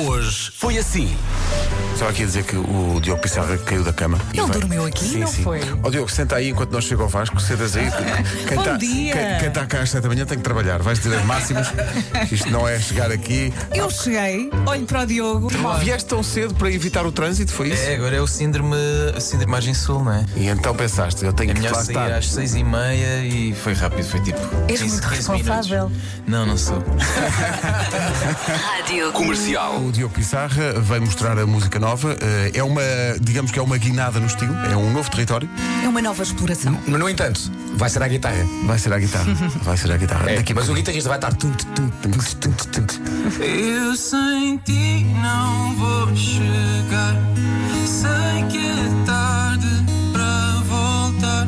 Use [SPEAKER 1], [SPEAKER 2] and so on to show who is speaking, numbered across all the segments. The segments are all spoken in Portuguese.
[SPEAKER 1] hoje foi assim.
[SPEAKER 2] Estava aqui a dizer que o Diogo Pissarra caiu da cama. e
[SPEAKER 3] Ele
[SPEAKER 2] veio.
[SPEAKER 3] dormiu aqui?
[SPEAKER 2] Sim,
[SPEAKER 3] Não
[SPEAKER 2] sim.
[SPEAKER 3] foi?
[SPEAKER 2] Ó Diogo, senta aí enquanto nós chega ao Vasco, sentas aí. Quem
[SPEAKER 3] Bom
[SPEAKER 2] tá-
[SPEAKER 3] dia.
[SPEAKER 2] Quem, quem está cá às 7 da manhã tem que trabalhar. Vais dizer máximos. Isto não é chegar aqui.
[SPEAKER 3] Eu cheguei, olho para o Diogo.
[SPEAKER 2] Vieste tão cedo para evitar o trânsito, foi isso?
[SPEAKER 4] É, agora é o síndrome, a síndrome Margem Sul, não é?
[SPEAKER 2] E então pensaste, eu tenho
[SPEAKER 4] É
[SPEAKER 2] que
[SPEAKER 4] melhor
[SPEAKER 2] lá
[SPEAKER 4] sair
[SPEAKER 2] estar.
[SPEAKER 4] às seis e meia e foi rápido, foi tipo.
[SPEAKER 3] És
[SPEAKER 4] 15,
[SPEAKER 3] muito
[SPEAKER 4] 15 minutos.
[SPEAKER 3] responsável.
[SPEAKER 4] Não, não sou.
[SPEAKER 5] Rádio
[SPEAKER 1] Comercial.
[SPEAKER 2] O Diogo Pissarra vai mostrar a música nova. Eh, É uma, digamos que é uma guinada no estilo, é um novo território.
[SPEAKER 3] É uma nova exploração.
[SPEAKER 6] Mas, no entanto, vai ser a
[SPEAKER 7] tá
[SPEAKER 6] guitarra.
[SPEAKER 2] Vai ser a guitarra. Vai ser a guitarra.
[SPEAKER 6] É,
[SPEAKER 2] Daqui a
[SPEAKER 6] mas o
[SPEAKER 2] pouco.
[SPEAKER 6] guitarrista vai estar. tum, tum, tum, tum, tum, tum.
[SPEAKER 4] Eu sem ti não vou chegar. Sei que é tarde para voltar.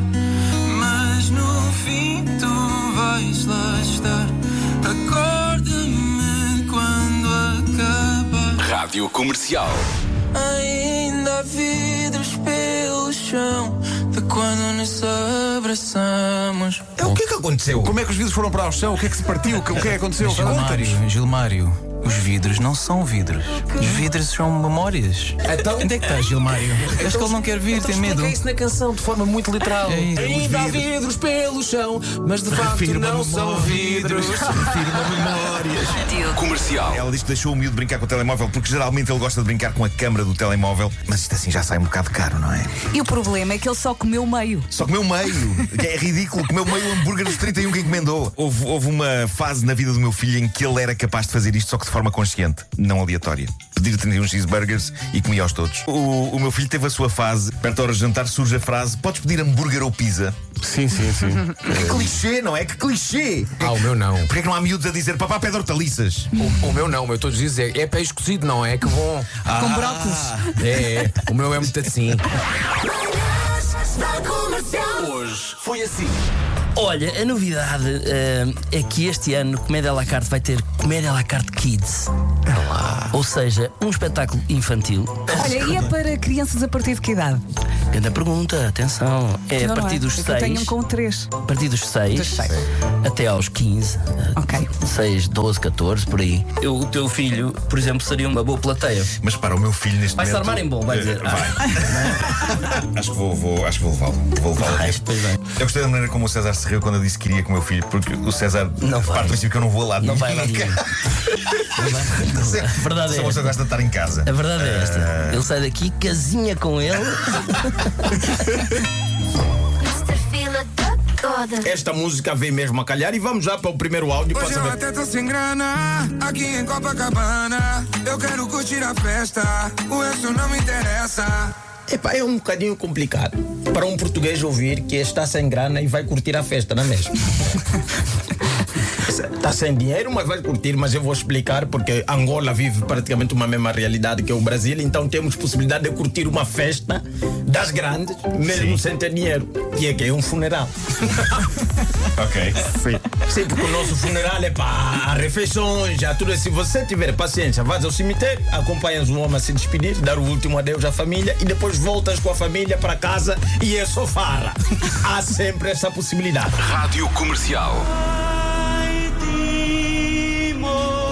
[SPEAKER 4] Mas no fim tu vais lá estar. Acorda-me quando acabar.
[SPEAKER 1] Rádio Comercial.
[SPEAKER 4] Ainda há vidros pelo chão de quando nos abraçamos.
[SPEAKER 6] Então, O que é que aconteceu?
[SPEAKER 2] Como é que os vidros foram para o chão? O que é que se partiu? O que o que é que aconteceu? Conta-nos.
[SPEAKER 4] Gilmário, Gilmário, os vidros não são vidros. Os vidros são memórias.
[SPEAKER 6] Então,
[SPEAKER 4] Onde é que estás, Gilmário? Acho que ele não quer vir, tem medo.
[SPEAKER 6] isso na canção de forma muito literal.
[SPEAKER 4] É, os
[SPEAKER 6] Ainda há vidros pelo chão, mas de facto não são vidros.
[SPEAKER 5] Comercial.
[SPEAKER 1] Comercial.
[SPEAKER 7] Ela diz que deixou o miúdo brincar com o telemóvel porque geralmente ele gosta de brincar com a câmara do telemóvel, mas isto assim já sai um bocado caro, não é?
[SPEAKER 3] E o problema é que ele só comeu meio.
[SPEAKER 7] Só comeu meio, que é ridículo, comeu meio hambúrguer dos 31 que encomendou. Houve, houve uma fase na vida do meu filho em que ele era capaz de fazer isto, só que de forma consciente, não aleatória. Pedir 31 cheeseburgers e comia-os todos. O, o meu filho teve a sua fase, perto da hora de jantar surge a frase: podes pedir hambúrguer ou pizza?
[SPEAKER 2] Sim, sim, sim.
[SPEAKER 7] Que clichê, não é? Que clichê!
[SPEAKER 6] Ah, o meu não.
[SPEAKER 7] Porquê é que não há miúdos a dizer papá pede hortaliças?
[SPEAKER 6] O, o meu não, o meu todos dizem é, é peixe cozido, não é? Que bom.
[SPEAKER 2] Ah.
[SPEAKER 3] Com brócolis.
[SPEAKER 6] É, é. O meu é muito assim.
[SPEAKER 1] Hoje foi assim.
[SPEAKER 8] Olha, a novidade eh, é que este ano Comédia à la carte vai ter Comédia à la carte Kids. Ou seja, um espetáculo infantil.
[SPEAKER 3] Olha, e é para crianças a partir de que idade?
[SPEAKER 8] Grande pergunta, atenção. É
[SPEAKER 3] Não,
[SPEAKER 8] a
[SPEAKER 3] não
[SPEAKER 8] partir dos
[SPEAKER 3] É
[SPEAKER 8] 6.
[SPEAKER 3] que Eu tenho um com três.
[SPEAKER 8] A partir dos 6
[SPEAKER 3] Dos seis.
[SPEAKER 8] até aos 15.
[SPEAKER 3] Ok.
[SPEAKER 8] 6, 12, 14, por aí. Eu, o teu filho, por exemplo, seria uma boa plateia.
[SPEAKER 7] Mas para o meu filho neste
[SPEAKER 8] Vai-se
[SPEAKER 7] momento.
[SPEAKER 8] armar em bom, vai
[SPEAKER 7] Eh,
[SPEAKER 8] dizer.
[SPEAKER 7] Vai. acho que vou, vou- acho que vou levá-lo. Vou levá-lo mesmo.
[SPEAKER 8] pois vai.
[SPEAKER 7] Eu gostei da maneira como o César se riu quando eu disse que iria com o meu filho, porque o César
[SPEAKER 8] Não vai.
[SPEAKER 7] parte do princípio que eu não vou lá
[SPEAKER 8] Não vai lá
[SPEAKER 7] nunca.
[SPEAKER 8] nenhum. Não vai. A verdade
[SPEAKER 7] Só
[SPEAKER 8] é
[SPEAKER 7] você
[SPEAKER 8] esta.
[SPEAKER 7] gosta de estar em casa.
[SPEAKER 8] A verdade é esta. Ele sai daqui, casinha com ele.
[SPEAKER 9] Mr. Fila da Coda.
[SPEAKER 10] Esta música veio mesmo a calhar e vamos já para o primeiro áudio para saber.
[SPEAKER 2] até tô sem grana, aqui em Copacabana. Eu quero curtir a festa, o resto não me interessa.
[SPEAKER 10] Epá, é um bocadinho complicado para um português ouvir que está sem grana e vai curtir a festa, não é mesmo? Está sem dinheiro, mas vai curtir. Mas eu vou explicar porque Angola vive praticamente uma mesma realidade que o Brasil, então temos possibilidade de curtir uma festa das grandes, mesmo sem ter dinheiro, que é que é um funeral.
[SPEAKER 7] Ok.
[SPEAKER 10] Sim, porque o nosso funeral é para há refeições, há tudo. assim. Se você tiver paciência, vais ao cemitério, acompanhas um homem a se despedir, dar o último adeus à família e depois voltas com a família para casa e é só farra. Há sempre essa possibilidade.
[SPEAKER 1] Rádio Comercial.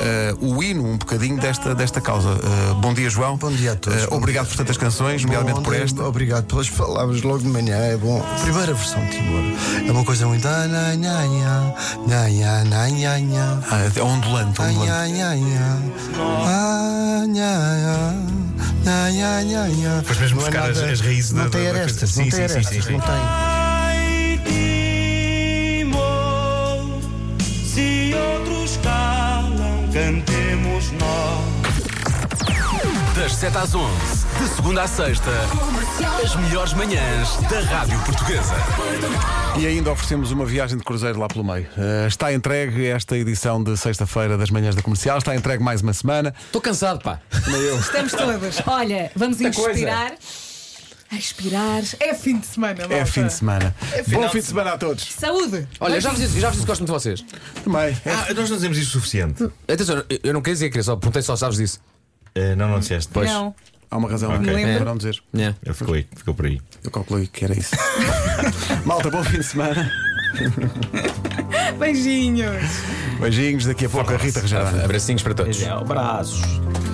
[SPEAKER 2] Eh, o hino um bocadinho desta, desta causa. Eh, bom dia, João. Bom dia a todos. obrigado por tantas canções, nomeadamente por esta.
[SPEAKER 11] Obrigado pelas palavras logo de manhã, é bom. Primeira versão de Timor. É uma coisa muito. Ah, nha, nha, nha. Nha, nha, nha, nha, nha.
[SPEAKER 2] Ah, é ondulante,
[SPEAKER 7] um
[SPEAKER 11] Ah,
[SPEAKER 2] ondulante.
[SPEAKER 11] nha, nha, nha. Ah, nha, nha. Nha, nha, nha, nha.
[SPEAKER 7] Pois mesmo
[SPEAKER 11] Não é
[SPEAKER 7] buscar as-
[SPEAKER 11] nada-
[SPEAKER 7] as raízes
[SPEAKER 11] Não
[SPEAKER 7] da-
[SPEAKER 11] tem
[SPEAKER 7] da- da
[SPEAKER 11] arestas,
[SPEAKER 7] coisa.
[SPEAKER 11] não
[SPEAKER 7] Sim, sim,
[SPEAKER 11] tem
[SPEAKER 7] sim,
[SPEAKER 11] arestas,
[SPEAKER 7] sim,
[SPEAKER 11] não
[SPEAKER 7] sim.
[SPEAKER 11] tem.
[SPEAKER 10] Se outros calam, cantemos nós.
[SPEAKER 1] Das 7 às 11, de segunda à sexta, as melhores manhãs da Rádio Portuguesa.
[SPEAKER 2] E ainda oferecemos uma viagem de cruzeiro lá pelo meio. Eh, está entregue esta edição de sexta-feira das manhãs da comercial. Está entregue mais uma semana.
[SPEAKER 6] Estou cansado, pá.
[SPEAKER 3] Estamos todos. Olha, vamos inspirar. Expirar. É fim de semana,
[SPEAKER 2] É
[SPEAKER 3] malta.
[SPEAKER 2] fim de semana. Bom
[SPEAKER 6] É
[SPEAKER 7] final
[SPEAKER 2] fim de semana a todos.
[SPEAKER 3] Saúde.
[SPEAKER 6] Olha, já vos disse, já vos disse que gosto muito de vocês.
[SPEAKER 2] Também.
[SPEAKER 7] Ah, nós não dizemos isto o suficiente.
[SPEAKER 6] Atenção, eu- eu não queria dizer, queria só, perguntei só, sabes disso.
[SPEAKER 7] Eh, não, não disseste.
[SPEAKER 3] Não.
[SPEAKER 2] Há uma razão
[SPEAKER 7] Ok.
[SPEAKER 2] para
[SPEAKER 3] Lembro.
[SPEAKER 2] não dizer.
[SPEAKER 6] É.
[SPEAKER 7] Eu ficou aí, ficou por aí.
[SPEAKER 2] Eu calculei que era isso. Malta, bom fim de semana.
[SPEAKER 3] Beijinhos.
[SPEAKER 2] Beijinhos. Daqui a pouco a Rita Regerada.
[SPEAKER 6] Abracinhos para todos.
[SPEAKER 10] Abraços.